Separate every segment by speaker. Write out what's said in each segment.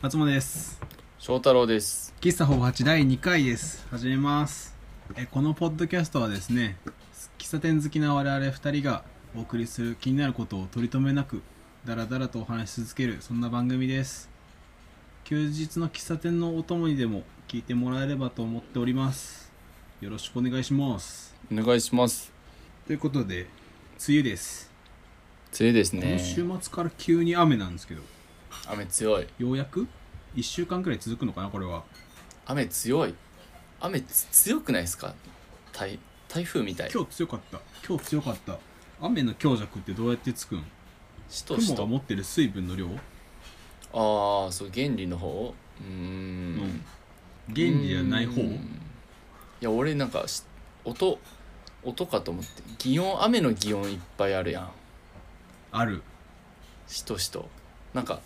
Speaker 1: 松本です
Speaker 2: 翔太郎です
Speaker 1: 喫茶ほぼ8第2回です始めますえこのポッドキャストはですね喫茶店好きな我々2人がお送りする気になることを取り留めなくダラダラとお話し続けるそんな番組です休日の喫茶店のお供にでも聞いてもらえればと思っておりますよろしくお願いします
Speaker 2: お願いします
Speaker 1: ということで梅雨です、
Speaker 2: 梅雨です
Speaker 1: この
Speaker 2: ね
Speaker 1: 週末から急に雨なんですけど
Speaker 2: 雨強い
Speaker 1: ようやく1週間くらい続くのかなこれは
Speaker 2: 雨強い雨つ強くないですか台台風みたい
Speaker 1: 今日強かった今日強かった雨の強弱ってどうやってつくん
Speaker 2: しとし
Speaker 1: 雲が
Speaker 2: と
Speaker 1: 持ってる水分の量、
Speaker 2: ああそう原理の方うーん
Speaker 1: うん原理じゃない方
Speaker 2: うーんいや俺なんかし音音かと思って擬音雨の擬音いっぱいあるやん
Speaker 1: ある
Speaker 2: しとしとなんか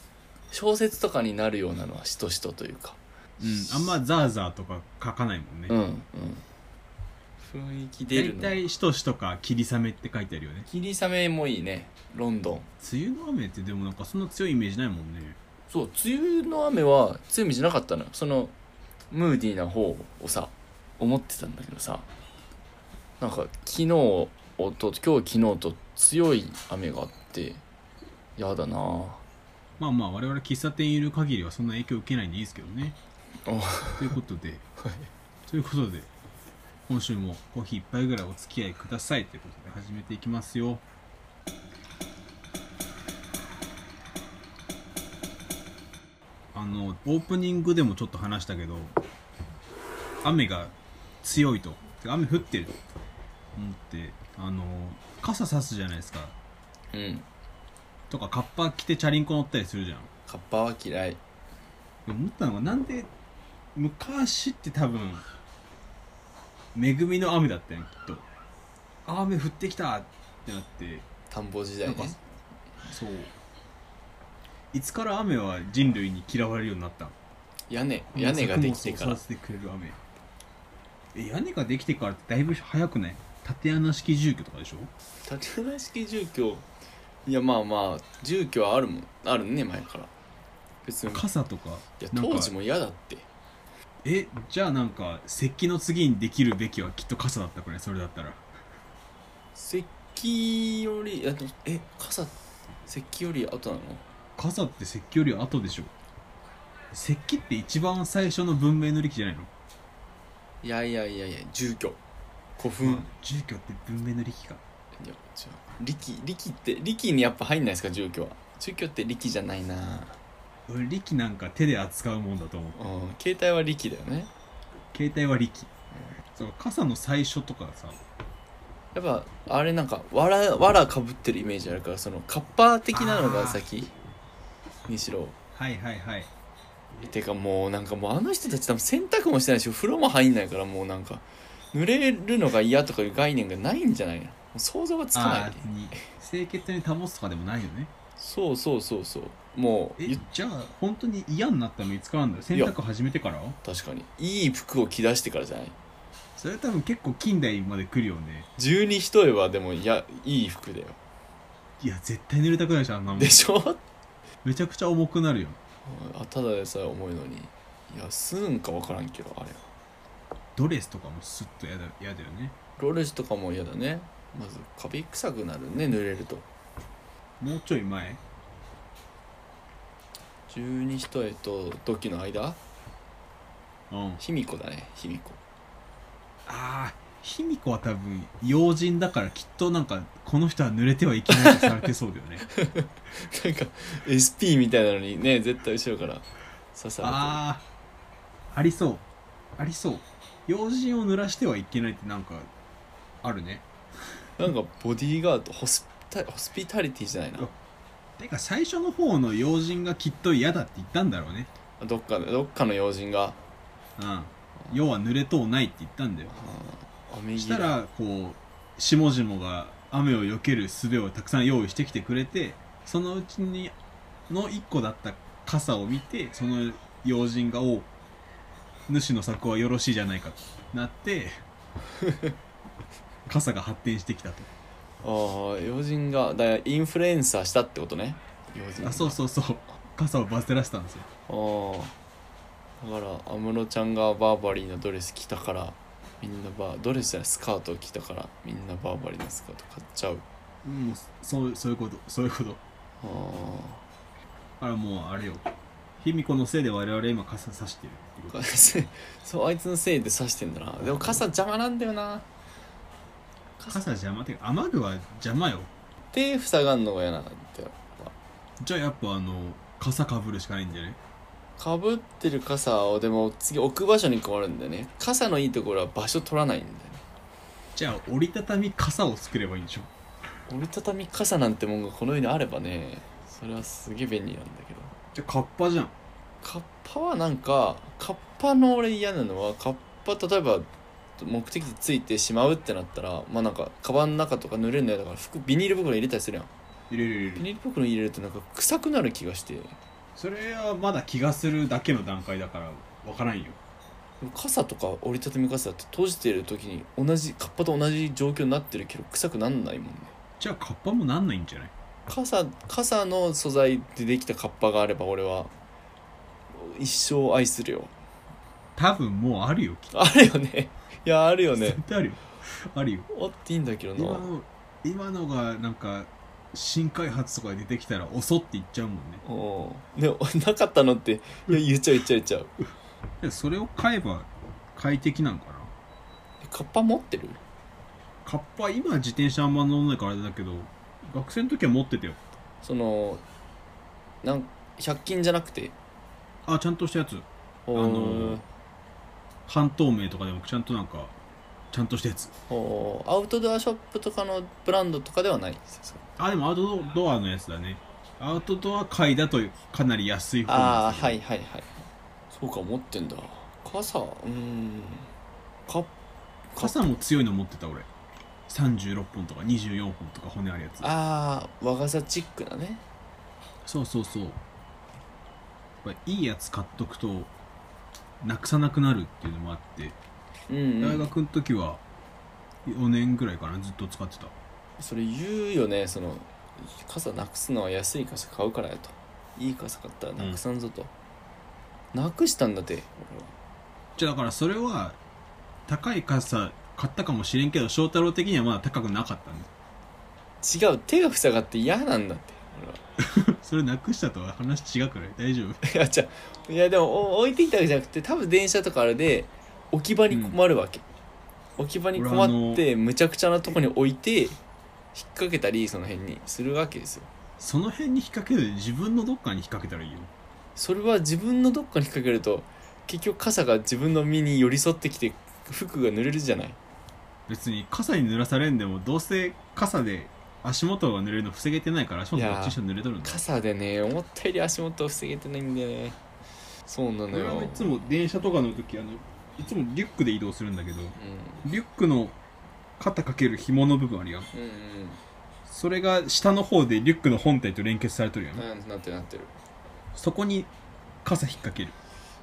Speaker 2: 小説とかになるようなのはしとしとというか
Speaker 1: うんあんまザーザーとか書かないもんね、
Speaker 2: うんうん雰囲気出
Speaker 1: 大
Speaker 2: るの
Speaker 1: 体しとしとか霧雨って書いてあるよね
Speaker 2: 霧雨もいいねロンドン
Speaker 1: 梅雨の雨ってでもなんかそんな強いイメージないもんね
Speaker 2: そう梅雨の雨は強い意味じゃなかったのよそのムーディーな方をさ思ってたんだけどさなんか昨日おと今日昨日と強い雨があってやだな ぁ
Speaker 1: まあまあ我々喫茶店いる限りはそんな影響受けないんでいいですけどね
Speaker 2: お
Speaker 1: ということで、ということで今週もコーヒー一杯ぐらいお付き合いくださいということで始めていきますよあのオープニングでもちょっと話したけど雨が強いとてか雨降ってると思ってあの傘さすじゃないですか
Speaker 2: うん
Speaker 1: とかカッパ着てチャリンコ乗ったりするじゃん
Speaker 2: カッパは嫌い
Speaker 1: 思ったのがなんで昔って多分恵みの雨だったよねきっとあ雨降ってきたってなって
Speaker 2: 田んぼ時代
Speaker 1: なん
Speaker 2: ね
Speaker 1: かそういつから雨は人類に嫌われるようになった
Speaker 2: 屋根屋根ができてか
Speaker 1: 作物を
Speaker 2: ら
Speaker 1: 育ててくれる雨え屋根ができてからってだいぶ早くない縦穴式住居とかでしょ
Speaker 2: 建て式住居いやまあまあ住居はあるもんあるね前から別にい
Speaker 1: 傘とか
Speaker 2: や
Speaker 1: なんか
Speaker 2: 当時も嫌だって
Speaker 1: えじゃあなんか石器の次にできるべきはきっと傘だったくらいそれだったら
Speaker 2: 石器よりあとえ傘石器より後なの
Speaker 1: 傘って石器より後でしょ石器って一番最初の文明の利器じゃないの、
Speaker 2: いやいやいやいや住居古墳、い
Speaker 1: 住居って文明の利器か
Speaker 2: や違う力力って力にやっぱ入んないですか住居は住居って力じゃないな
Speaker 1: 俺利器なんか手で扱うもんだと思う
Speaker 2: うん携帯は力だよね
Speaker 1: 携帯は利器そう傘の最初とかさ
Speaker 2: やっぱあれなんかわらわらかぶってるイメージあるからそのカッパー的なのが先にしろ
Speaker 1: はいはいはい
Speaker 2: てかもうなんかもうあの人たち多分洗濯もしてないし風呂も入んないからもうなんか濡れるのが嫌とかいう概念がないんじゃないのもう想像がつかな
Speaker 1: あー
Speaker 2: い
Speaker 1: 別に清潔に保つとかでもないよね
Speaker 2: そうそうそうそうもう
Speaker 1: え
Speaker 2: ゆ
Speaker 1: じゃあ本当に嫌になったのいつからなんだよ洗濯始めてから
Speaker 2: 確かにいい服を着出してからじゃない
Speaker 1: それ多分結構近代まで来るよね
Speaker 2: 十二一重はでもいやいい服だよ
Speaker 1: いや絶対濡れたくないじゃんあんなもん
Speaker 2: でしょ
Speaker 1: めちゃくちゃ重くなるよ
Speaker 2: あただでさえ重いのにいやすんか分からんけどあれ
Speaker 1: ドレスとかもスッと嫌だ嫌だよね
Speaker 2: ロレスとかも嫌だねまずカビ臭くなるね濡れると
Speaker 1: もうちょい前
Speaker 2: 十二一重と土器の間
Speaker 1: うん
Speaker 2: 卑弥呼だね卑弥呼
Speaker 1: ああ卑弥呼は多分用心だからきっとなんかこの人は濡れてはいけないとされて そうだよね
Speaker 2: なんか SP みたいなのにね絶対後ろから刺さ
Speaker 1: ああありそうありそう用心を濡らしてはいけないってなんかあるね
Speaker 2: れてるなんかボディーガードホスピタホスピタリティじゃないな
Speaker 1: てか最初の方の用心がきっと嫌だって言ったんだろうね
Speaker 2: どっかどっかの要人が
Speaker 1: うん要は濡れとうないって言ったんだよ
Speaker 2: お右
Speaker 1: そ
Speaker 2: だ
Speaker 1: したらこう下々が雨を避ける術をたくさん用意してきてくれてそのうちにの1個だった傘を見てその要人が「おう主の策はよろしいじゃないか」となって 傘が発展してきたと
Speaker 2: ああ要人がだからインフルエンサーしたってことね要人
Speaker 1: あそうそうそう傘をバズらせたんですよ
Speaker 2: ああだから安室ちゃんがバーバリーのドレス着たからみんなバードレスじゃないスカートを着たからみんなバーバリーのスカート買っちゃう
Speaker 1: もうそうそういうことそういうこと
Speaker 2: あ
Speaker 1: あらもうあれよ卑弥呼のせいで我々今傘さしてるってこと
Speaker 2: あ そうあいつのせいで刺してんだなでも傘邪魔なんだよな傘
Speaker 1: 傘邪魔てか雨具は邪魔よ
Speaker 2: 手塞がんのが嫌なんだよ
Speaker 1: じゃあやっぱあの傘かぶるしかないんじゃない
Speaker 2: かぶってる傘をでも次置く場所に困るんだよね傘のいいところは場所取らないんだよね
Speaker 1: じゃあ折りたたみ傘を作ればいいんでしょ
Speaker 2: 折りたたみ傘なんてもんがこの世にあればねそれはすげえ便利なんだけど
Speaker 1: じゃあカッパじゃん
Speaker 2: カッパはなんかカッパの俺嫌なのはカッパ例えば目的地ついてしまうってなったらまあなんかカバンの中とか濡れるのやだから服ビニール袋に入れたりするやん
Speaker 1: 入れる入れ
Speaker 2: ビ
Speaker 1: る
Speaker 2: ニール袋に入れるとなんか臭くなる気がして
Speaker 1: それはまだ気がするだけの段階だからわからんよ
Speaker 2: 傘とか折りたたみ傘だって閉じてる時に同じカッパと同じ状況になってるけど臭くなんないもんね
Speaker 1: じゃあカッパもなんないんじゃない
Speaker 2: 傘傘の素材でできたカッパがあれば俺は一生愛するよ
Speaker 1: 多分もうあるよきっ
Speaker 2: あるよねいやあるよ
Speaker 1: と
Speaker 2: ね
Speaker 1: 絶対あるよあるよ
Speaker 2: あっていいんだけどな
Speaker 1: 今の今のがなんか新開発とかで出てきたら遅って言っちゃうもんね
Speaker 2: おでもなかったのっていや言っちゃう言っちゃう言っちゃう
Speaker 1: でそれを買えば快適なんかな
Speaker 2: えカッパ持ってる
Speaker 1: カッパ今は自転車あんま乗んないからあれだけど学生の時は持ってたよ
Speaker 2: そのなん100均じゃなくて
Speaker 1: あちゃんとしたやつ
Speaker 2: あ
Speaker 1: の半透明とかでもちゃんとなんかちゃんとしたやつ
Speaker 2: アウトドアショップとかのブランドとかではない
Speaker 1: あでもアウトドアのやつだねアウトドア界だとかなり安い方
Speaker 2: あ
Speaker 1: な
Speaker 2: あ
Speaker 1: んですけど
Speaker 2: はいはいはいそうか持ってんだ傘うーんカッ
Speaker 1: 傘も強いの持ってた俺36本とか24本とか骨あるやつ
Speaker 2: ああ和傘チックだね
Speaker 1: そうそうそうやっぱいいやつ買っとくとなくさなくなるっていうのもあって、
Speaker 2: うん、
Speaker 1: 大
Speaker 2: うん、
Speaker 1: 学の時は4年ぐらいかなずっと使ってた
Speaker 2: それ言うよねその傘なくすのは安い傘買うからやといい傘買ったらなくさんぞと、なくしたんだって俺は
Speaker 1: じゃあだからそれは高い傘買ったかもしれんけど翔太郎的にはまだ高くなかったんだ
Speaker 2: 違う手が塞がって嫌なんだって
Speaker 1: それなくしたとは話違くない大丈夫
Speaker 2: 俺はいやじゃあいやでもお置いていったわけじゃなくて多分電車とかあれで置き場に困るわけ、置き場に困っ
Speaker 1: 俺
Speaker 2: てむちゃくちゃなとこに置いて引っ掛けたりその辺にするわけですよ
Speaker 1: その辺に引っ掛ける自分のどっかに引っ掛けたらいいよ
Speaker 2: それは自分のどっかに引っ掛けると結局傘が自分の身に寄り添ってきて服が濡れるじゃない
Speaker 1: 別に傘に濡らされんでもどうせ傘で足元が濡れるの防げてないから足元がちっちゃ濡れとるんだ
Speaker 2: 傘でね思ったより足元を防げてないんだよねそうなの
Speaker 1: 俺
Speaker 2: よ、う
Speaker 1: は
Speaker 2: ん
Speaker 1: い、つも電車とかの時あのいつもリュックで移動するんだけどリュックの肩かける紐の部分あるやん
Speaker 2: うん
Speaker 1: それが下の方でリュックの本体と連結されとるやん、
Speaker 2: うんなってるなってる
Speaker 1: そこに傘引っ掛ける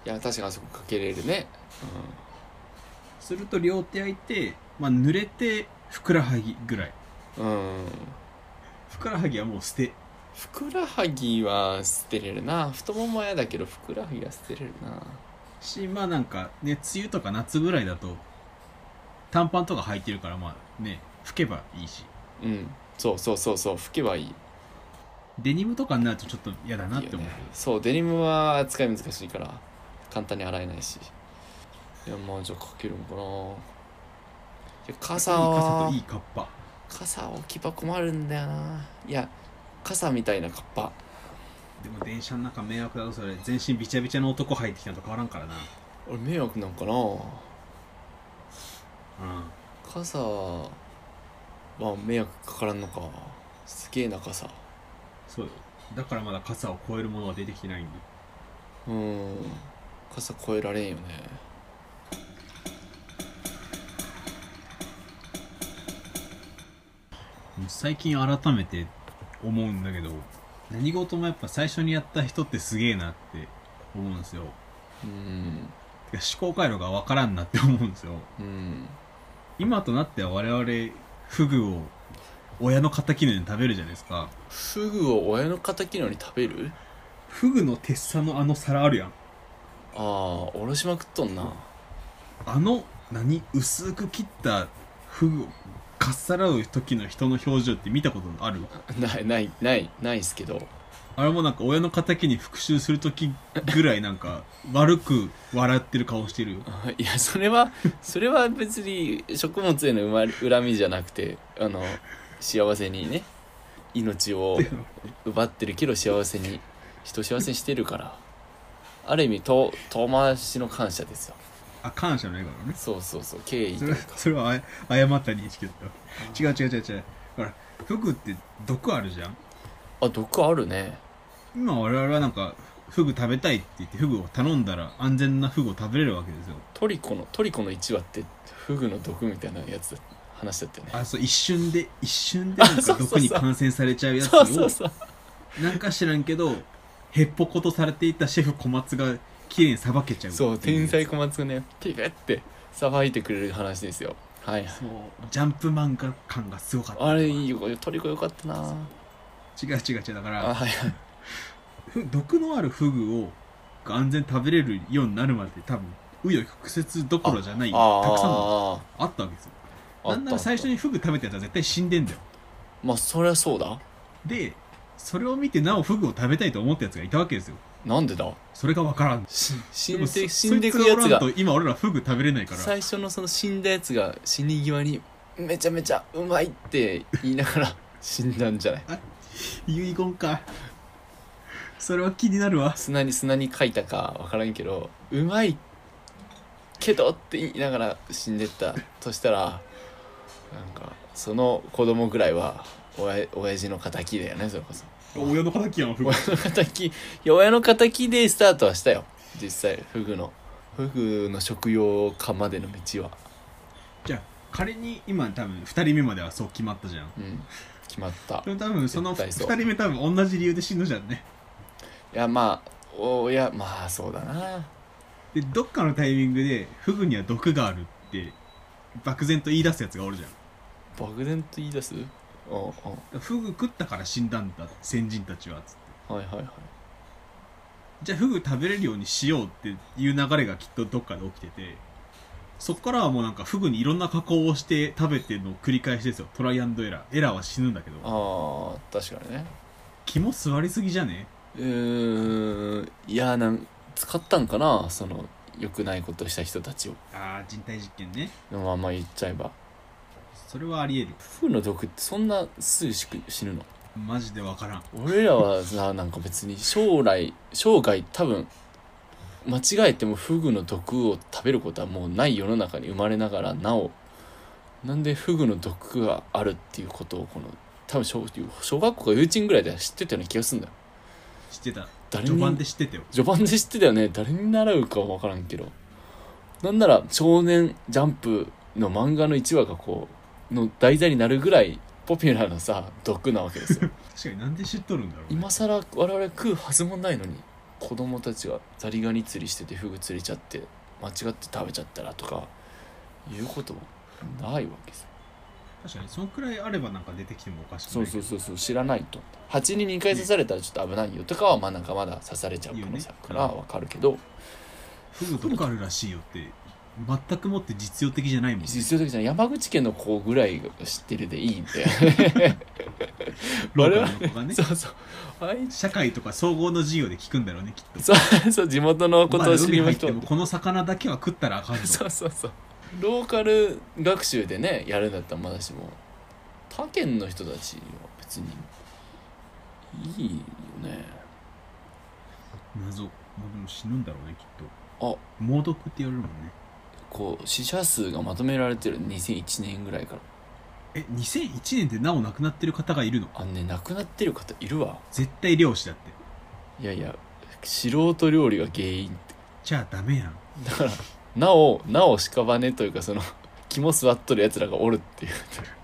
Speaker 2: いや確かにあそこかけれるね、うん
Speaker 1: すると両手空いて、まあ、濡れてふくらはぎぐらい
Speaker 2: うん
Speaker 1: ふくらはぎはもう捨て
Speaker 2: ふくらはぎは捨てれるな太ももは嫌だけどふくらはぎは捨てれるな
Speaker 1: しまあなんかね梅雨とか夏ぐらいだと短パンとか履いてるからまあね拭けばいいし
Speaker 2: うんそうそうそうそう拭けばいい
Speaker 1: デニムとかになるとちょっと嫌だなって
Speaker 2: いいよ
Speaker 1: 思う
Speaker 2: ねそうデニムは扱い難しいから簡単に洗えないしいやまあじゃあかけるのかないや傘は
Speaker 1: い傘と
Speaker 2: い
Speaker 1: いいカッパ
Speaker 2: 傘置き場困るんだよないや傘みたいなカッパ
Speaker 1: でも電車の中迷惑だとそれ全身びちゃびちゃの男入ってきたのと変わらんからな
Speaker 2: 俺迷惑なんかな
Speaker 1: うん
Speaker 2: 傘は迷惑かからんのかすげえな傘
Speaker 1: そうよだからまだ傘を超えるものは出てきてないんで
Speaker 2: うん傘越えられんよね
Speaker 1: 最近改めて思うんだけど何事もやっぱ最初にやった人ってすげえなって思うんですよ
Speaker 2: うん
Speaker 1: てか思考回路がわからんなって思うんですよ
Speaker 2: うん
Speaker 1: 今となっては我々フグを親の敵のように食べるじゃないですか
Speaker 2: フグを親の敵のように食べる
Speaker 1: フグの鉄砂のあの皿あるやん
Speaker 2: ああおろしまくっとんな
Speaker 1: あの何薄く切ったフグをかっさらう時の人の表情って見たことある
Speaker 2: ないないないないっすけど
Speaker 1: あれもなんか親の敵に復讐する時ぐらいなんか悪く笑ってる顔 してるよ
Speaker 2: あ いやそれはそれは別に食物へのうま恨みじゃなくてあの幸せにね命を奪ってるけど幸せに人を幸せにしてるからある意味と遠回しの感謝ですよ
Speaker 1: あ感謝の笑顔ね
Speaker 2: そうそうそう敬意
Speaker 1: そ れそれはあや誤った認識だった違う違う違う違うだからフグって毒あるじゃん
Speaker 2: あ毒あるね
Speaker 1: 今我々はなんかフグ食べたいって言ってフグを頼んだら安全なフグを食べれるわけですよ
Speaker 2: トリコのトリコの1話ってフグの毒みたいなやつだ話だったよね
Speaker 1: あそう一瞬で一瞬でなん
Speaker 2: あそ
Speaker 1: か
Speaker 2: うそ
Speaker 1: 毒
Speaker 2: うそう
Speaker 1: に感染されちゃうやつ
Speaker 2: そうそ
Speaker 1: を
Speaker 2: うそう
Speaker 1: なんか知らんけどへっぽことされていたシェフ小松が綺麗にさばけちゃうってい
Speaker 2: そう天才小松がねピグってさばいてくれる話ですよはい
Speaker 1: そうジャンプ漫画感がすごかった
Speaker 2: あれいいよトリコよかったな
Speaker 1: 違う違う違うだか
Speaker 2: あ
Speaker 1: ら
Speaker 2: はいはい
Speaker 1: ふ毒のあるフグをが安全に食べれるようになるまで多分紆余曲折どころじゃないたくさんの
Speaker 2: あ
Speaker 1: あったわけですよ
Speaker 2: ーあ
Speaker 1: なんなら最初
Speaker 2: に
Speaker 1: にフグ食べたやつは絶対死んでんだよ
Speaker 2: まあそりゃそうだ
Speaker 1: でそれを見てなおフグを食べたいと思ったやつがいたわけですよ
Speaker 2: なんでだ
Speaker 1: それが分からん
Speaker 2: し死
Speaker 1: で
Speaker 2: ん
Speaker 1: もそ
Speaker 2: で死んでくや
Speaker 1: そ
Speaker 2: つ
Speaker 1: いつが
Speaker 2: が
Speaker 1: おらんと今俺らフグ食べれないから
Speaker 2: 最初のその死んだやつが死に際にめちゃめちゃうまいって言いながら 死んだんじゃない
Speaker 1: 遺言かそれは気になるわ
Speaker 2: 砂に砂に書いたか分からんけどうまいけどって言いながら死んでったとしたらなんかその子供ぐらいは親親父の敵だよねそれこそ
Speaker 1: 親の敵やんフグ
Speaker 2: 親の敵いや親の敵でスタートはしたよ実際フグのフグの食用化までの道は
Speaker 1: じゃあ仮に今多分2人目まではそう決まったじゃん
Speaker 2: うん決まった
Speaker 1: でも多分その
Speaker 2: 絶対そう
Speaker 1: 2人目多分同じ理由で死ぬじゃんね
Speaker 2: いやまあおいやまあそうだな
Speaker 1: でどっかのタイミングでフグには毒があるって漠然と言い出すやつがおるじゃん
Speaker 2: 漠然と言い出すおうお
Speaker 1: フグ食ったから死んだんだ先人たちはつって
Speaker 2: うはいはいはい
Speaker 1: じゃあフグ食べれるようにしようっていう流れがきっとどっかで起きててそこからはもうなんかフグにいろんな加工をして食べての繰り返しですよトライアンドエラーエラーは死ぬんだけど
Speaker 2: ああ確かにね
Speaker 1: 肝座りすぎじゃね
Speaker 2: うーんいやなん使ったんかなその良くないことした人たちを
Speaker 1: ああ人体実験ね
Speaker 2: でもまあまあ言っちゃえば
Speaker 1: それはありえる
Speaker 2: フグの毒ってそんなすぐ死く死ぬの
Speaker 1: マジでわからん
Speaker 2: 俺らはさなんか別に将来生涯多分間違えてもフグの毒を食べることはもうない世の中に生まれながらなおなんでフグの毒があるっていうことをこの多分小小学校か幼稚園ぐらいでは知ってたような気がするんだよ
Speaker 1: 知ってた
Speaker 2: 誰に
Speaker 1: 序盤で知ってたよ
Speaker 2: 序盤で知ってたよね誰に習うかは分からんけどなんなら「少年ジャンプ」の漫画の1話がこうの題材になるぐらいポピュラーなさ毒なわけですよ
Speaker 1: 確かになんで知っとるんだろうね
Speaker 2: 今更我々食うはずもないのに子供たちがザリガニ釣りしててフグ釣れちゃって間違って食べちゃったらとかいうこともないわけですよ
Speaker 1: 確かにそのくらいあればなんか出てきてもおかしく
Speaker 2: そ
Speaker 1: ないう
Speaker 2: そうそうそう知らないと蜂に2回刺されたらちょっと危ないよとかはまあなんかまだ刺されちゃう可能性あるからわかるけど
Speaker 1: フグ毒あるらしいよって全くもって実用的じゃないもんね
Speaker 2: 実際的に山口県の子ぐらいが知ってるでいいんで
Speaker 1: ローカ ルの子がね
Speaker 2: そうそう愛知
Speaker 1: 社会とか総合の授業で聞くんだろうねきっと
Speaker 2: そうそう地元のことを知り
Speaker 1: お前海
Speaker 2: ま
Speaker 1: 入っ
Speaker 2: してょう
Speaker 1: もこの魚だけは食ったらあかんぞ
Speaker 2: そうそうそうローカル学習でねやるんだったらまだしも他県の人たちは別にいいよね
Speaker 1: 謎もうでも死ぬんだろうねきっと
Speaker 2: あ
Speaker 1: 猛毒って言われるもんね
Speaker 2: こう死者数がまとめられてる2001年ぐらいから
Speaker 1: え2001年でなお亡くなってる方がいるの
Speaker 2: あのね亡くなってる方いるわ
Speaker 1: 絶対漁師だって
Speaker 2: いやいや素人料理が原因って
Speaker 1: じゃあダメやん
Speaker 2: だからなおなお屍というかその肝据わっとるやつらがおるってい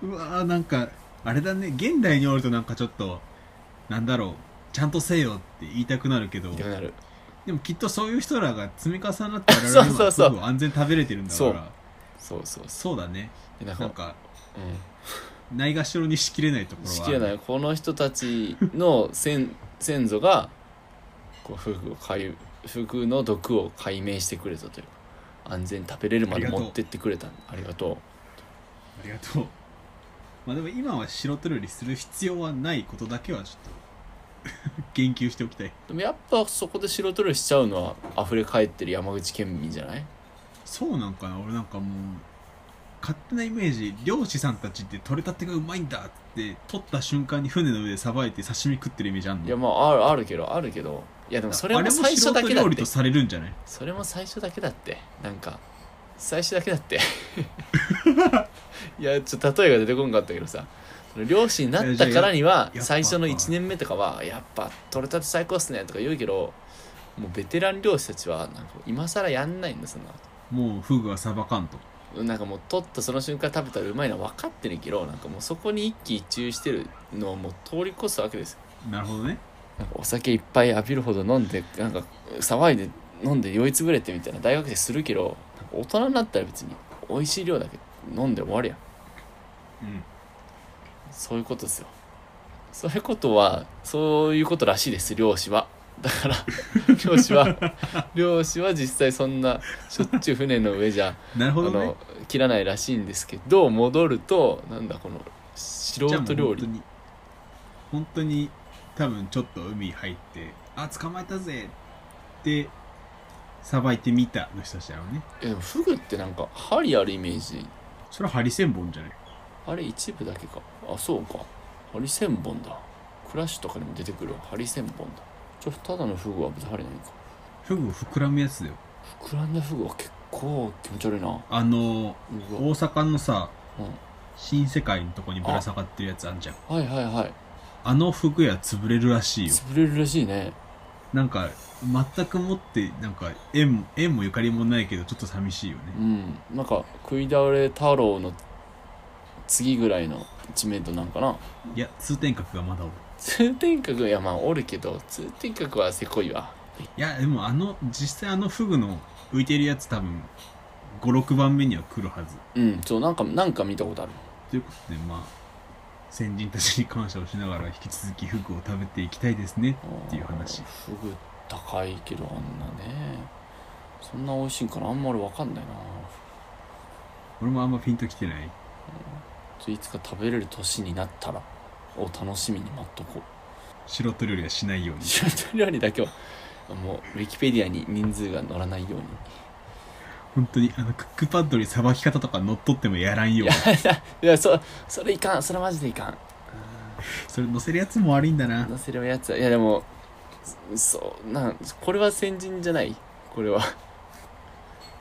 Speaker 2: う
Speaker 1: うわーなんかあれだね現代におるとなんかちょっとなんだろうちゃんとせよって言いたくなるけど
Speaker 2: ようになる
Speaker 1: でもきっとそういう人らが積み重なって我
Speaker 2: そう
Speaker 1: 々
Speaker 2: そ
Speaker 1: は
Speaker 2: うそう
Speaker 1: フグを安全に食べれてるんだか
Speaker 2: そう
Speaker 1: ら
Speaker 2: そうそうそ
Speaker 1: そうだね
Speaker 2: うなんか
Speaker 1: なんか
Speaker 2: うん
Speaker 1: ないがしろにしきれないところは
Speaker 2: しきれない いこの人たちの先先祖がここう服を買い服の毒を解明してくれたというか安全に食べれるまで持ってってくれたありがとう
Speaker 1: ありがとうまあでも今は白ト料理する必要はないことだけはちょっと言及しておきたい
Speaker 2: でもやっぱそこで白トレしちゃうのは溢れ返ってる山口県民じゃない
Speaker 1: そうなんかな俺なんかもう勝手なイメージ漁師さんたちって取れたてがうまいんだって取った瞬間に船の上でさばいて刺身食ってるイメージあんの
Speaker 2: いやまああるあるけどあるけどいやでもそれも最初だけだ
Speaker 1: あれも素人料
Speaker 2: っ
Speaker 1: 理
Speaker 2: て
Speaker 1: とされるんじゃない
Speaker 2: それも最初だけだってなんか最初だけだっていやちょっと例えが出てこんかったけどさその漁師になったから
Speaker 1: やいや
Speaker 2: にはい
Speaker 1: やっぱ
Speaker 2: 最初の1年目とかは「やっぱ取れたて最高っすね」とか言うけどもうベテラン漁師たちはなんか今更やんないんだそんな
Speaker 1: もうフグはさばかんと
Speaker 2: なんかもう取ったその瞬間食べたらうまいのは分かってるけどなんかもうそこに一喜一憂してるのをもう通り越すわけですよ
Speaker 1: なるほどね
Speaker 2: なんかお酒いっぱい浴びるほど飲んでなんか騒いで飲んで酔いつぶれてみたいな大学生するけどなんか大人になったら別に美味しい量だけ飲んで終わるやん
Speaker 1: うん
Speaker 2: そういうことですよそういうことはそういうことらしいです漁師はだから 漁師は漁師は実際そんなしょっちゅう船の上じゃ
Speaker 1: なる
Speaker 2: あ
Speaker 1: ほどね
Speaker 2: の切らないらしいんですけど戻るとなんだこの素
Speaker 1: じゃあも
Speaker 2: 人
Speaker 1: う
Speaker 2: 料
Speaker 1: 本当
Speaker 2: 理
Speaker 1: に本当に多分ちょっと海入ってあ捕まえたぜってさばいてみたの人たちだろうね
Speaker 2: えでもフグってなんか針あるイメージ
Speaker 1: それはハリセンボンじゃない
Speaker 2: あれ一部だけかあそうかハリセンボンだクラッシュとかにも出てくるハリセンボンだちょただのフグは別に針ないか
Speaker 1: フグ膨らむやつだよ
Speaker 2: 膨らんだフグは結構気持ち悪いなうわ
Speaker 1: あの大阪のさ、
Speaker 2: うん
Speaker 1: 新世界のとこにぶら下がってるやつあんじゃん
Speaker 2: はいはいはい
Speaker 1: あのフグ屋潰れるらしいよ
Speaker 2: 潰れるらしいね
Speaker 1: なんか全くもってなんか縁も縁もゆかりもないけどちょっと寂しいよね
Speaker 2: うんなんか食い倒れ太郎の次ぐらいの知名度なんかない
Speaker 1: や通天閣がまだおる
Speaker 2: 通天閣いやまあおるけど通天閣はせこいわ
Speaker 1: いやでもあの実際あのフグの浮いてるやつ多分56番目には来るはず
Speaker 2: うんそうなんかなんか見たことある
Speaker 1: ということでまあ先人たちに感謝をしながら引き続きフグを食べていきたいですねっていう話
Speaker 2: フグ高いけどあんなねそんな美味しいんかなあんまりわかんないな
Speaker 1: 俺もあんまピンときてない
Speaker 2: ちょいつか食べれる年になったらを楽しみに待っとこ
Speaker 1: 素人料理はしないよう
Speaker 2: う
Speaker 1: に
Speaker 2: 白鳥料理だけはもうウィキペディアに人数が載らないように
Speaker 1: 本当にあのクックパッドにさばき方とか乗っ取ってもやらんように
Speaker 2: いやそそれいかんそれマジでいかん
Speaker 1: それ乗せるやつも悪いんだな
Speaker 2: 載せるやつはいやでもそそうなんこれは先人じゃないこれは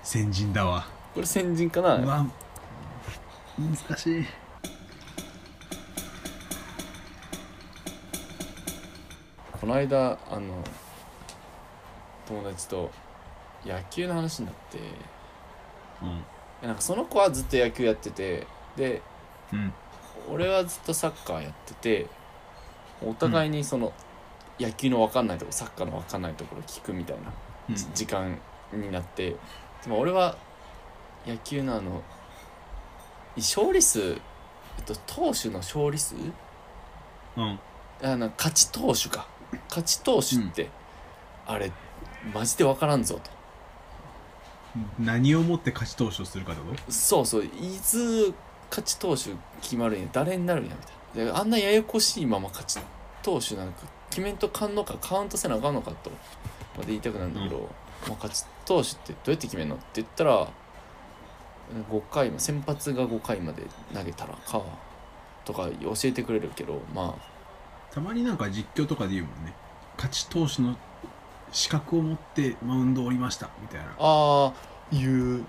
Speaker 1: 先人だわ
Speaker 2: これ先人かな
Speaker 1: うわ難しい
Speaker 2: この間あの友達と野球の話になって
Speaker 1: うん
Speaker 2: でなんかその子はずっと野球やっててで
Speaker 1: うん
Speaker 2: 俺はずっとサッカーやっててお互いにその、野球の分かんないところサッカーの分かんないところ聞くみたいな、
Speaker 1: うん
Speaker 2: じ時間になってでも俺は野球のあの勝利数、えっと、投手の勝利数
Speaker 1: うん
Speaker 2: あの勝ち投手か勝ち投手って、あれマジで分からんぞと
Speaker 1: 何をもって勝ち投手をするかってこと
Speaker 2: そうそういつ勝ち投手決まるんや誰になるんやみたいなであんなややこしいまま勝ち投手なんか決めんとかんのかカウントせなあかんのかとまで言いたくなるんだけど、まあ、勝ち投手ってどうやって決めるのって言ったら5回ま先発が5回まで投げたらかとか教えてくれるけどまあ
Speaker 1: たまになんか実況とかで言うもんね勝ち投手の資格を持ってマウンドを降りましたみたいな
Speaker 2: ああ言う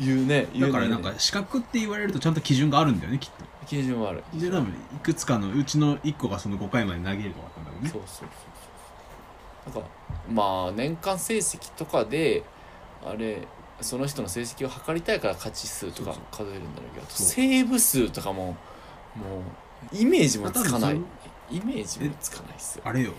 Speaker 2: 言うね言う
Speaker 1: だか
Speaker 2: ね
Speaker 1: らなんか資格って言われるとちゃんと基準があるんだよねきっと
Speaker 2: 基準はある
Speaker 1: で多分いくつかのうちの1個がその5回まで投げるとかあったんだろうね
Speaker 2: そうそうそうそうなんかまあ年間成績とかであれその人の成績を測りたいから勝ち数とか
Speaker 1: そう
Speaker 2: 数えるんだろうけどあと
Speaker 1: そう
Speaker 2: セーブ数とかももうイメージもつかない
Speaker 1: ま
Speaker 2: イメージもつかないっすよ
Speaker 1: あれよ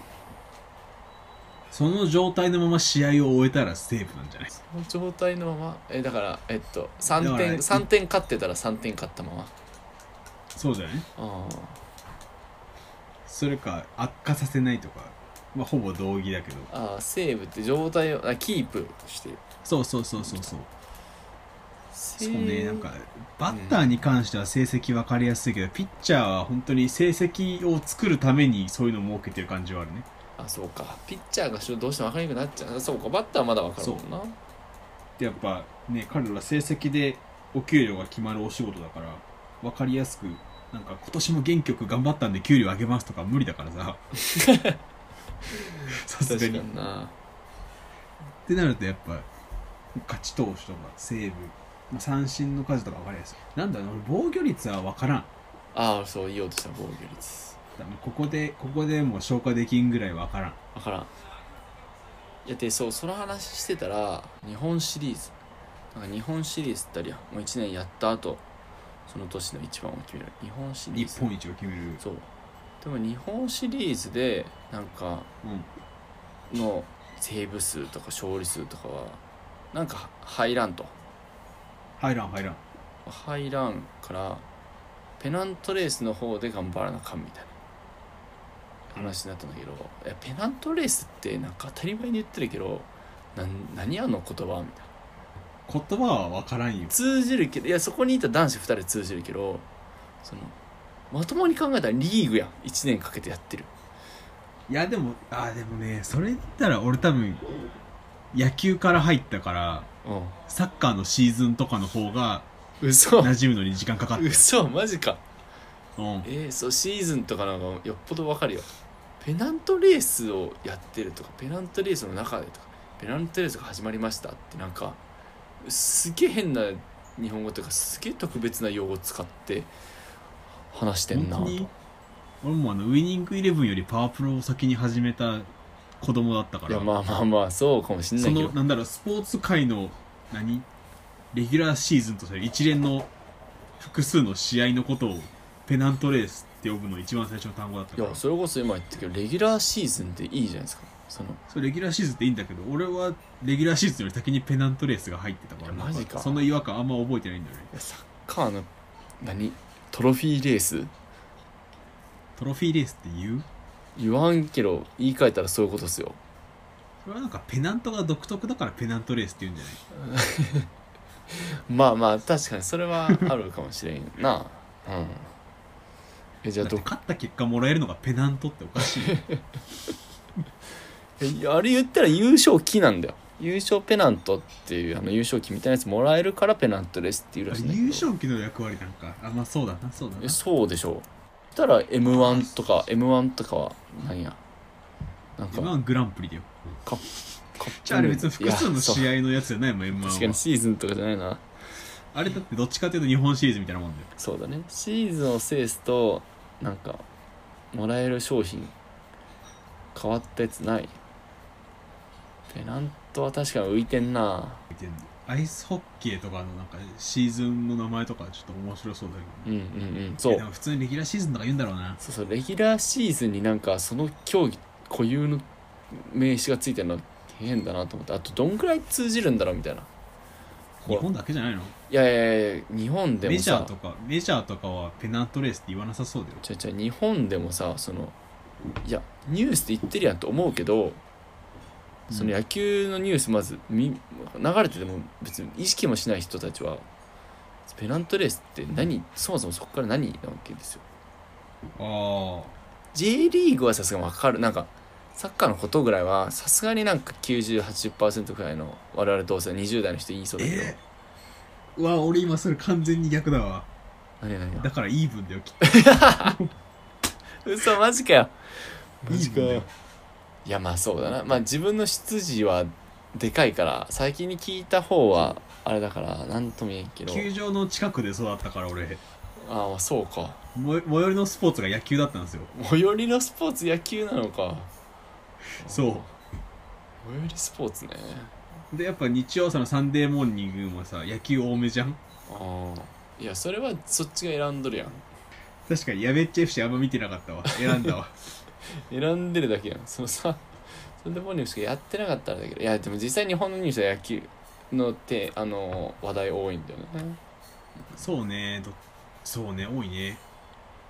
Speaker 1: その状態のまま試合を終えたらセーブなんじゃない
Speaker 2: その状態のままえだからえっと
Speaker 1: だ
Speaker 2: 3
Speaker 1: から
Speaker 2: 点三点勝ってたら3点勝ったまま
Speaker 1: そうじゃない
Speaker 2: あ
Speaker 1: それか悪化させないとかまあ、ほぼ同義だけど
Speaker 2: ああセーブって状態をあキープしてる
Speaker 1: そうそうそうそうそう
Speaker 2: そ
Speaker 1: そうねなんかバッターに関しては成績分かりやすいけど、ピッチャーは本当に成績を作るためにそういうのを設けてる感じはあるね
Speaker 2: あそうかピッチャーがしろどうしても分かりにくくなっちゃうそうかバッターはまだ分かるもんな
Speaker 1: でやっぱね彼ら成績でお給料が決まるお仕事だから分かりやすくなんか今年も元気よく頑張ったんで給料上げますとか無理だからささす
Speaker 2: 確
Speaker 1: が
Speaker 2: か
Speaker 1: に
Speaker 2: にな
Speaker 1: ってなるとやっぱ勝ち投手とかセーブまあ三振の数とか分かりやすいなんだろうな俺防御率は分からん
Speaker 2: ああそう言おうとした防御率
Speaker 1: だからここでここでもう消化できんぐらい分からん
Speaker 2: 分からんいやでそうその話してたら日本シリーズなんか日本シリーズってあるやんもう1年やった後その年の一番を決める日本シリーズ
Speaker 1: 日本一を決める
Speaker 2: そうでも日本シリーズでなんか
Speaker 1: うん
Speaker 2: のセーブ数とか勝利数とかはなんか入らんと
Speaker 1: 入らん入らん
Speaker 2: 入らんからペナントレースの方で頑張らなあかんみたいな話になったんだけどいやペナントレースってなんか当たり前に言ってるけどなん何あの言葉みたいな
Speaker 1: 言葉は分からんよ
Speaker 2: 通じるけどいやそこにいた男子2人通じるけどそのまともに考えたらリーグやん1年かけてやってる
Speaker 1: いやでもあーでもねそれ言ったら俺多分野球から入ったから
Speaker 2: う
Speaker 1: サッカーのシーズンとかの方が
Speaker 2: ん嘘
Speaker 1: 馴染むのに時間かかって
Speaker 2: 嘘マジか
Speaker 1: うん
Speaker 2: えー、そうシーズンとかなんかよっぽどわかるよペナントレースをやってるとかペナントレースの中でとかペナントレースが始まりましたってなんかすげえ変な日本語というかすげえ特別な用語を使って話してんな
Speaker 1: 本当に俺もあのウイニングイレブンよりパワープロを先に始めた子供だったか
Speaker 2: い
Speaker 1: ら
Speaker 2: やまあまあまあそうかもしんな
Speaker 1: そ
Speaker 2: いけ
Speaker 1: の
Speaker 2: ど
Speaker 1: なんだろうスポーツ界の何レギュラーシーズンとされる一連の複数の試合のことをペナントレースって呼ぶの一番最初の単語だった
Speaker 2: い
Speaker 1: から
Speaker 2: やそれこそ今言ったけどレギュラーシーズンっていいじゃないですかその
Speaker 1: そうレギュラーシーズンっていいんだけど俺はレギュラーシーズンより先にペナントレースが入ってたから
Speaker 2: いやマジか
Speaker 1: その違和感あんま覚えてないんだよね
Speaker 2: いやサッカーの何トロフィーレース
Speaker 1: トロフィーレースって言う
Speaker 2: 言わんけど言い換えたらそういうことっすよ
Speaker 1: それはなんかペナントが独特だからペナントレースって言うんじゃない
Speaker 2: まあまあ確かにそれはあるかもしれんなうんえじゃあ
Speaker 1: だって
Speaker 2: ど
Speaker 1: 勝った結果もらえるのがペナントっておかしい
Speaker 2: えいやあれ言ったら優勝旗なんだよ優勝ペナントっていうあの優勝旗みたいなやつもらえるからペナントですっていうらしいんだけど
Speaker 1: 優勝旗の役割なんかあまあそうだなそうだ
Speaker 2: え
Speaker 1: な
Speaker 2: そうでしょそしたら m 1とか m 1とかは何やなんか
Speaker 1: 今はグランプリだよ
Speaker 2: カッ
Speaker 1: じゃああれ別に複数の
Speaker 2: 合
Speaker 1: 試合のやつじゃないもん m
Speaker 2: 確か
Speaker 1: 1
Speaker 2: に
Speaker 1: は
Speaker 2: シーズンとかじゃないな
Speaker 1: あれだってどっちかというと日本シリーズみたいなもんだよ
Speaker 2: そうだねシーズンを制すとなんかもらえる商品変わったやつないペナントは確かに浮いてんな
Speaker 1: 見てんのアイスホッケーとかのなんかシーズンの名前とかちょっと面白そうだけどね
Speaker 2: うんうんうんそ
Speaker 1: いや
Speaker 2: う
Speaker 1: でも普通にレギュラーシーズンとか言うんだろうな
Speaker 2: そうそうレギュラーシーズンになんかその競技固有の名詞がついてるの変だなと思ってあとどんぐらい通じるんだろうみたいなほ
Speaker 1: 日
Speaker 2: ら
Speaker 1: 本だけじゃないの
Speaker 2: いやいやいや日本でも
Speaker 1: メジャー
Speaker 2: さ
Speaker 1: とかメジャーとかはペナントレースって言わなさそうだよ
Speaker 2: ちゃちゃ日本でもさそのいやニュースで言ってるやんと思うけどその
Speaker 1: うん
Speaker 2: 野球のニュースまず見流れてても別に意識もしない人たちはペナントレースって何そもそもそこから何なわけですよ
Speaker 1: あ
Speaker 2: J リーグはさすがに分かるなんかサッカーのことぐらいはさすがになんか9080%ぐらいの我々同世代20代の人言いそうだけど、
Speaker 1: えー、うわ俺今それ完全に逆だわ
Speaker 2: 何何
Speaker 1: だ
Speaker 2: 何
Speaker 1: からイーブンだよきっと
Speaker 2: 嘘マジかよ
Speaker 1: イーブンだよ
Speaker 2: いやまあそうだなまあ自分の出自はでかいから最近に聞いた方はあれだから何とも言えんけど
Speaker 1: 球場の近くで育ったから俺
Speaker 2: ああそうか
Speaker 1: も最寄りのスポーツが野球だったんですよ
Speaker 2: 最寄りのスポーツ野球なのか
Speaker 1: そう
Speaker 2: 最寄りスポーツね
Speaker 1: でやっぱ日曜朝のサンデーモーニングもさ野球多めじゃん
Speaker 2: ああいやそれはそっちが選んどるやん
Speaker 1: 確かにやべっち FC あんま見てなかったわ選んだ わ
Speaker 2: 選んでるだけやんそのさそれでモーニングしかやってなかったらだけどいやでも実際日本のニュースは野球のってあの話題多いんだよね
Speaker 1: そうねどそうね多いね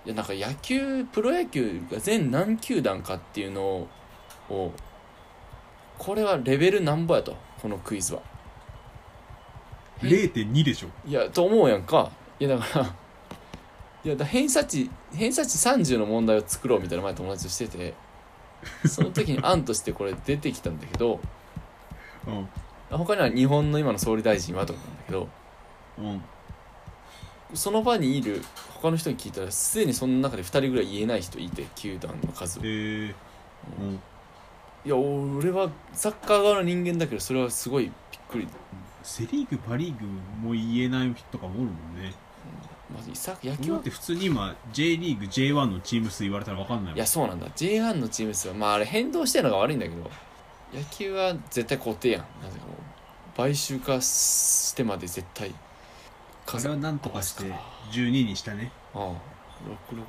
Speaker 2: いやなんか野球プロ野球が全何球団かっていうのをおうこれはレベルなんぼやとこのクイズはえ
Speaker 1: 0.2でしょ
Speaker 2: いやと思うやんかいやだからいやだから偏差値偏差値30の問題を作ろうみたいな前友達としててその時に案としてこれ出てきたんだけど
Speaker 1: うん
Speaker 2: 他には日本の今の総理大臣はとかなんだけど
Speaker 1: うん
Speaker 2: その場にいる他の人に聞いたらすでにその中で2人ぐらい言えない人いて球団の数
Speaker 1: えーうん
Speaker 2: いや俺はサッカー側の人間だけどそれはすごいびっくり、
Speaker 1: セ・リーグパ・リーグも言えない人とかもおるもんね
Speaker 2: まあ、サッ野球
Speaker 1: だ
Speaker 2: は
Speaker 1: って普通に今 J リーグ J1 のチーム数言われたら分かんないもん
Speaker 2: いやそうなんだ J1 のチーム数はまああれ変動してるのが悪いんだけど野球は絶対固定やんなぜかもう買収化してまで絶対
Speaker 1: あれはなんとかして
Speaker 2: あ
Speaker 1: 12にしたね
Speaker 2: あ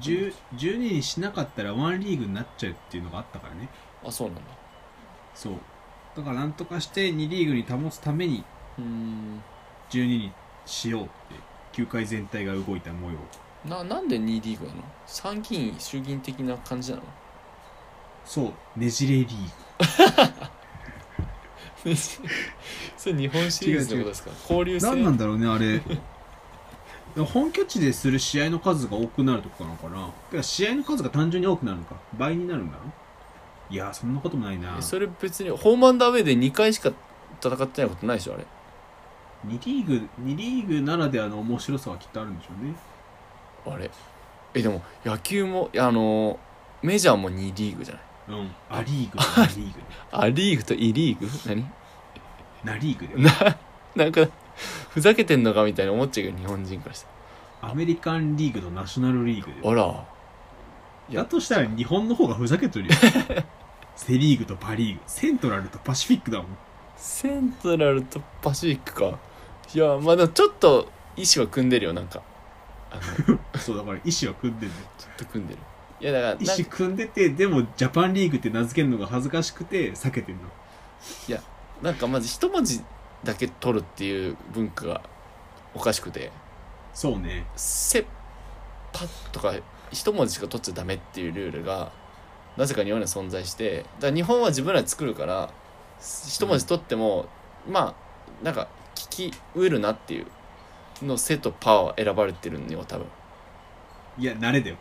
Speaker 1: 10
Speaker 2: 66
Speaker 1: 12にしなかったらワンリーグになっちゃうっていうのがあったからね
Speaker 2: あそうなんだ
Speaker 1: そうだからなんとかして2リーグに保つために
Speaker 2: うーん
Speaker 1: 12にしようって球界全体が動いた模様
Speaker 2: ななんで2リーグなの参議院衆議院的な 感じなの
Speaker 1: そうねじれリーグ
Speaker 2: それ日本シリーズってことですか交流戦
Speaker 1: 何なんだろうねあれ 本拠地でする試合の数が多くなるとかなのかなてか試合の数が単純に多くなるのか倍になるんだろいやーそんなこともないな
Speaker 2: え
Speaker 1: 2
Speaker 2: それ別にホームアンダーウェイで2回しか戦ってないことないでしょあれ
Speaker 1: リーグ2リーグならではの面白さはきっとあるんでしょうね
Speaker 2: あれえでも野球もあのーメジャーも2リーグじゃない
Speaker 1: うんア・リーグナ・リーグ
Speaker 2: あリーグと E リーグ何
Speaker 1: ナ・リーグで
Speaker 2: なんかふざけてんのかみたいに思っちゃうけど日本人からして
Speaker 1: アメリカンリーグとナショナルリーグで
Speaker 2: あらいや
Speaker 1: だとしたら日本の方がふざけ てるよセ・リーグとパ・リーグセントラルとパシフィックだもん
Speaker 2: セントラルとパシフィックかいやまあでもちょっと意思は組んでるよなんかあのちょっ
Speaker 1: そうだから意思は組んでる
Speaker 2: と組んでるいやだからなん
Speaker 1: 意
Speaker 2: か
Speaker 1: 思組んでてでもジャパンリーグって名付けるのが恥ずかしくて避けてるの
Speaker 2: なんかまず一文字だけ取るっていう文化がおかしくて
Speaker 1: そうね
Speaker 2: 「せ」「ぱ」とか一文字しか取っちゃダメっていうルールがなぜか日本には存在してだから日本は自分らで作るから一文字取っても、まあなんか聞きうるなっていうの「せ」と「ぱ」は選ばれてるのよ多分
Speaker 1: いや慣れだよ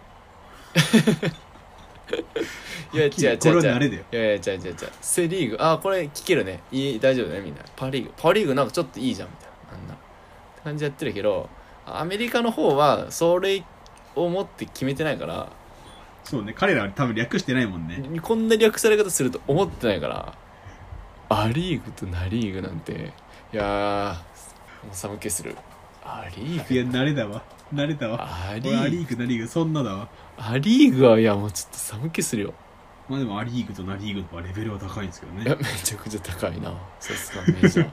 Speaker 2: いや
Speaker 1: は
Speaker 2: 違う
Speaker 1: っきり
Speaker 2: 違う
Speaker 1: これは
Speaker 2: 違う
Speaker 1: 慣れだよ
Speaker 2: いやいや違う違う違うセ・リーグああこれ聞けるねいい大丈夫だねみんなパ・リーグパ・リーグなんかちょっといいじゃんみたいなあんなって感じやってるけどアメリカの方はそれを持って決めてないから
Speaker 1: そうね彼らは多分略してないもんね
Speaker 2: こんな略され方すると思ってないからア・リーグとナ・リーグなんていやーもう寒気するア・リー
Speaker 1: い
Speaker 2: グ
Speaker 1: や慣れだわ慣れだわ
Speaker 2: ア・リ
Speaker 1: 俺ア・リ
Speaker 2: ーグ
Speaker 1: ーグナ・リーグそんなだわ
Speaker 2: ア・リーグはいやもうちょっと寒気するよ
Speaker 1: まあでもア・リーグとナ・リーグの方がレベルは高いんですけど
Speaker 2: いや
Speaker 1: ね
Speaker 2: めちゃくちゃ高いなさすがメジャー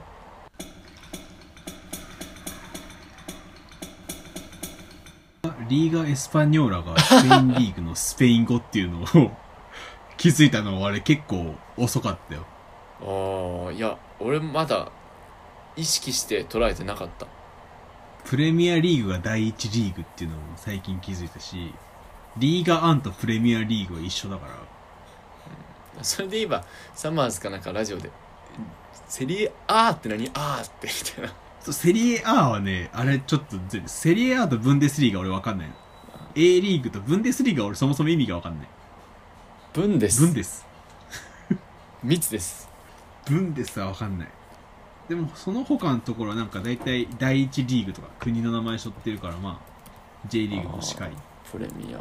Speaker 1: リーガ・エスパニョーラがスペインリーグのスペイン語っていうのを 気づいたのはあれ結構遅かったよ
Speaker 2: ああいや俺まだ意識して捉えてなかった
Speaker 1: プレミアリーグが第一リーグっていうのも最近気づいたしリーガ・アンとプレミアリーグは一緒だから
Speaker 2: それで言えばサマーズかなんかラジオで「セリエ A って何 ?A って」みたいな
Speaker 1: そうセリエ A はね、あれちょっとず、セリエ A とブンデスリーガ俺わかんないの。A リーグとブンデスリーガ俺そもそも意味がわかんない。
Speaker 2: ブンです
Speaker 1: ブンデス。
Speaker 2: ミツです
Speaker 1: ブンデスはわかんない。でもその他のところはなんか大体第一リーグとか国の名前背負ってるからまあ J リーグも近い。
Speaker 2: プレミア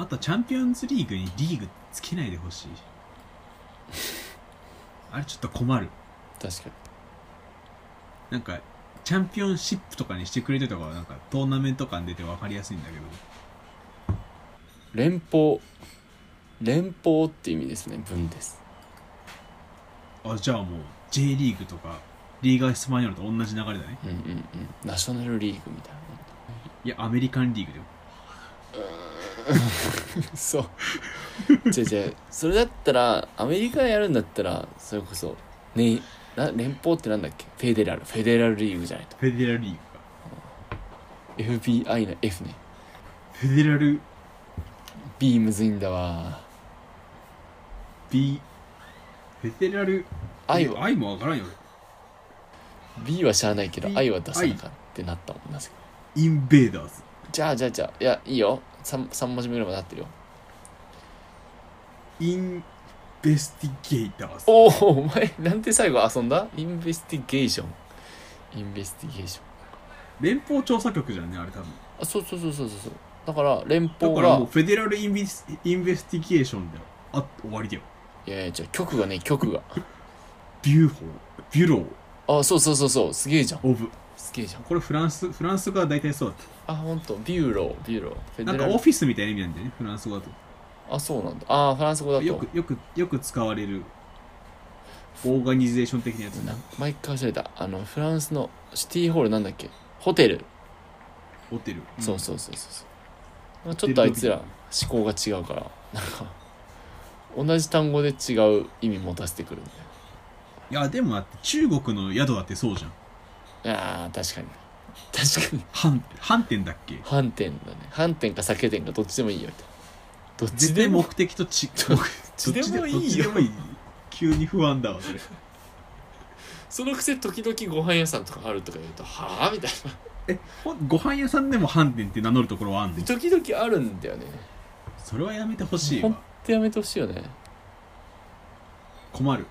Speaker 1: あとチャンピオンズリーグにリーグつけないでほしい。あれちょっと困る。
Speaker 2: 確か
Speaker 1: なんかチャンピオンシップとかにしてくれてたからなんかトーナメント感出てわかりやすいんだけど。
Speaker 2: に連邦連邦って意味ですねブンです
Speaker 1: あじゃあもう J リーグとかリーガースパニョルと同じ流れだね
Speaker 2: うんうんうんナショナルリーグみたい
Speaker 1: いやアメリカンリーグだよ
Speaker 2: なそう 違う違うそれだったらアメリカやるんだったらそれこそねな連邦ってなんだっけフェデラルフェデラルリーグじゃないと
Speaker 1: フェデラルリーグか
Speaker 2: FBI の F ね
Speaker 1: フェデラル
Speaker 2: ビームズインだわ
Speaker 1: B フェテラル
Speaker 2: 愛
Speaker 1: え
Speaker 2: は
Speaker 1: 愛もわからんよ
Speaker 2: B はしゃあないけど
Speaker 1: B
Speaker 2: 愛は出さなかったってなったもんな
Speaker 1: インベーダーズ
Speaker 2: じゃあじゃあじゃあいやいいよ 3, 三文字目ぐらいまでなってるよ
Speaker 1: インベスティゲーターズ
Speaker 2: おおお前なんて最後遊んだインベスティゲーションインベスティゲーション
Speaker 1: 連邦調査局じゃんねあれ多分
Speaker 2: あそうそうそうそうそうそうだから連邦
Speaker 1: だから
Speaker 2: が
Speaker 1: もうフェデラルインビスインベスティゲーションだよあ終わりだよ
Speaker 2: いやいやじゃあ局がね局が
Speaker 1: ビューホービュロー
Speaker 2: あそうそうそうそうすげえじゃん
Speaker 1: オブ
Speaker 2: すげえじゃん
Speaker 1: これフランスフランス語は大体そうだっ
Speaker 2: あ本当ビューロービューローフ
Speaker 1: た
Speaker 2: ェ
Speaker 1: な
Speaker 2: デ
Speaker 1: んか
Speaker 2: ラル
Speaker 1: オフィスみたいな意味なんだよねフランス語だと
Speaker 2: あそうなんだあフランス語だと
Speaker 1: よくよくよく使われるオーガニゼーション的なやつ
Speaker 2: な毎回忘れたあのフランスのシティホールなんだっけホテル、
Speaker 1: ホテル、
Speaker 2: そう
Speaker 1: う
Speaker 2: そうそうそうそうちょっとあいつら思考が違うからなんか同じ単語で違う意味持たせてくるみたい
Speaker 1: んいやでもだって中国の宿だってそうじゃん
Speaker 2: なあー確かに確かに
Speaker 1: 反反転だっけ
Speaker 2: 反転だね反転か酒店かどっちでもいいよみたいなどっ
Speaker 1: 絶
Speaker 2: ちで
Speaker 1: 対目
Speaker 2: も
Speaker 1: 的とち
Speaker 2: どっちでもいい
Speaker 1: ど
Speaker 2: よ
Speaker 1: っちでも急に不安だわそれ
Speaker 2: そのくせ時々ご飯屋さんとかあるとか言うとはあみたいな
Speaker 1: えほご飯屋さんでも反転って名乗るところはあんの
Speaker 2: 時々あるんだよね
Speaker 1: それはやめてほしい
Speaker 2: ほん
Speaker 1: わ
Speaker 2: とやめてほしいよね
Speaker 1: 困る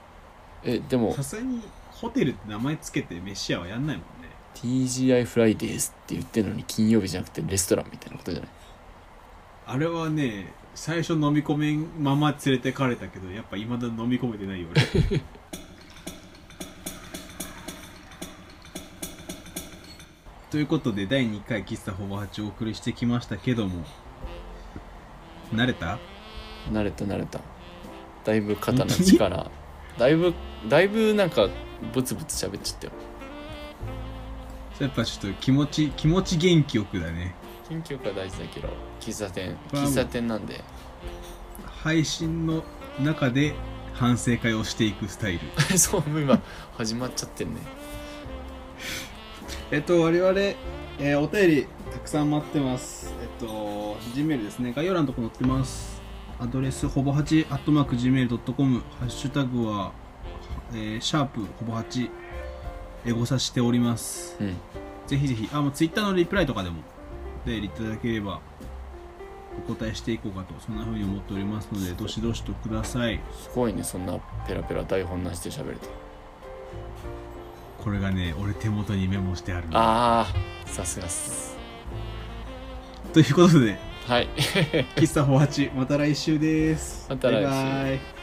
Speaker 2: えでも
Speaker 1: さすがにホテルって名前つけて飯屋はやんないもんね
Speaker 2: TGI フライデーズって言ってるのに金曜日じゃなくてレストランみたいなことじゃない
Speaker 1: あれはね最初飲み込めんまま連れてかれたけどやっぱいまだ飲み込めてないよ俺ということで第2回喫茶ほぼ8をお送りしてきましたけども慣れた
Speaker 2: 慣れた慣れただいぶ肩の 力だいぶだいぶなんかブツブツ喋っちゃったよ
Speaker 1: やっぱちょっと気持ち気持ち元気よくだね
Speaker 2: 緊急が大事だけど喫茶店
Speaker 1: これはも
Speaker 2: 喫
Speaker 1: う
Speaker 2: 茶店なんで
Speaker 1: 配信の中で反省会をしていくスタイル
Speaker 2: そうもう今始まっちゃってんね
Speaker 1: えっと我々、えーお便りたくさん待ってますえっと Gmail ですね概要欄のとこ載ってますアドレスほぼ8 at mark gmail.com ハッシュタグは、えーシャープほぼ8エゴサしております
Speaker 2: うん
Speaker 1: ぜひぜひあもう Twitter のリプライとかでもお便りいただければお答えしていこうかとそんな風に思っておりますのでどしどしとください
Speaker 2: すごいねそんなペラペラ台本なしで喋れた
Speaker 1: これがね俺手元にメモしてあるの
Speaker 2: あーさすがっす
Speaker 1: ということで
Speaker 2: はい
Speaker 1: 喫茶ほはちまた来週です
Speaker 2: また来週
Speaker 1: バイバイ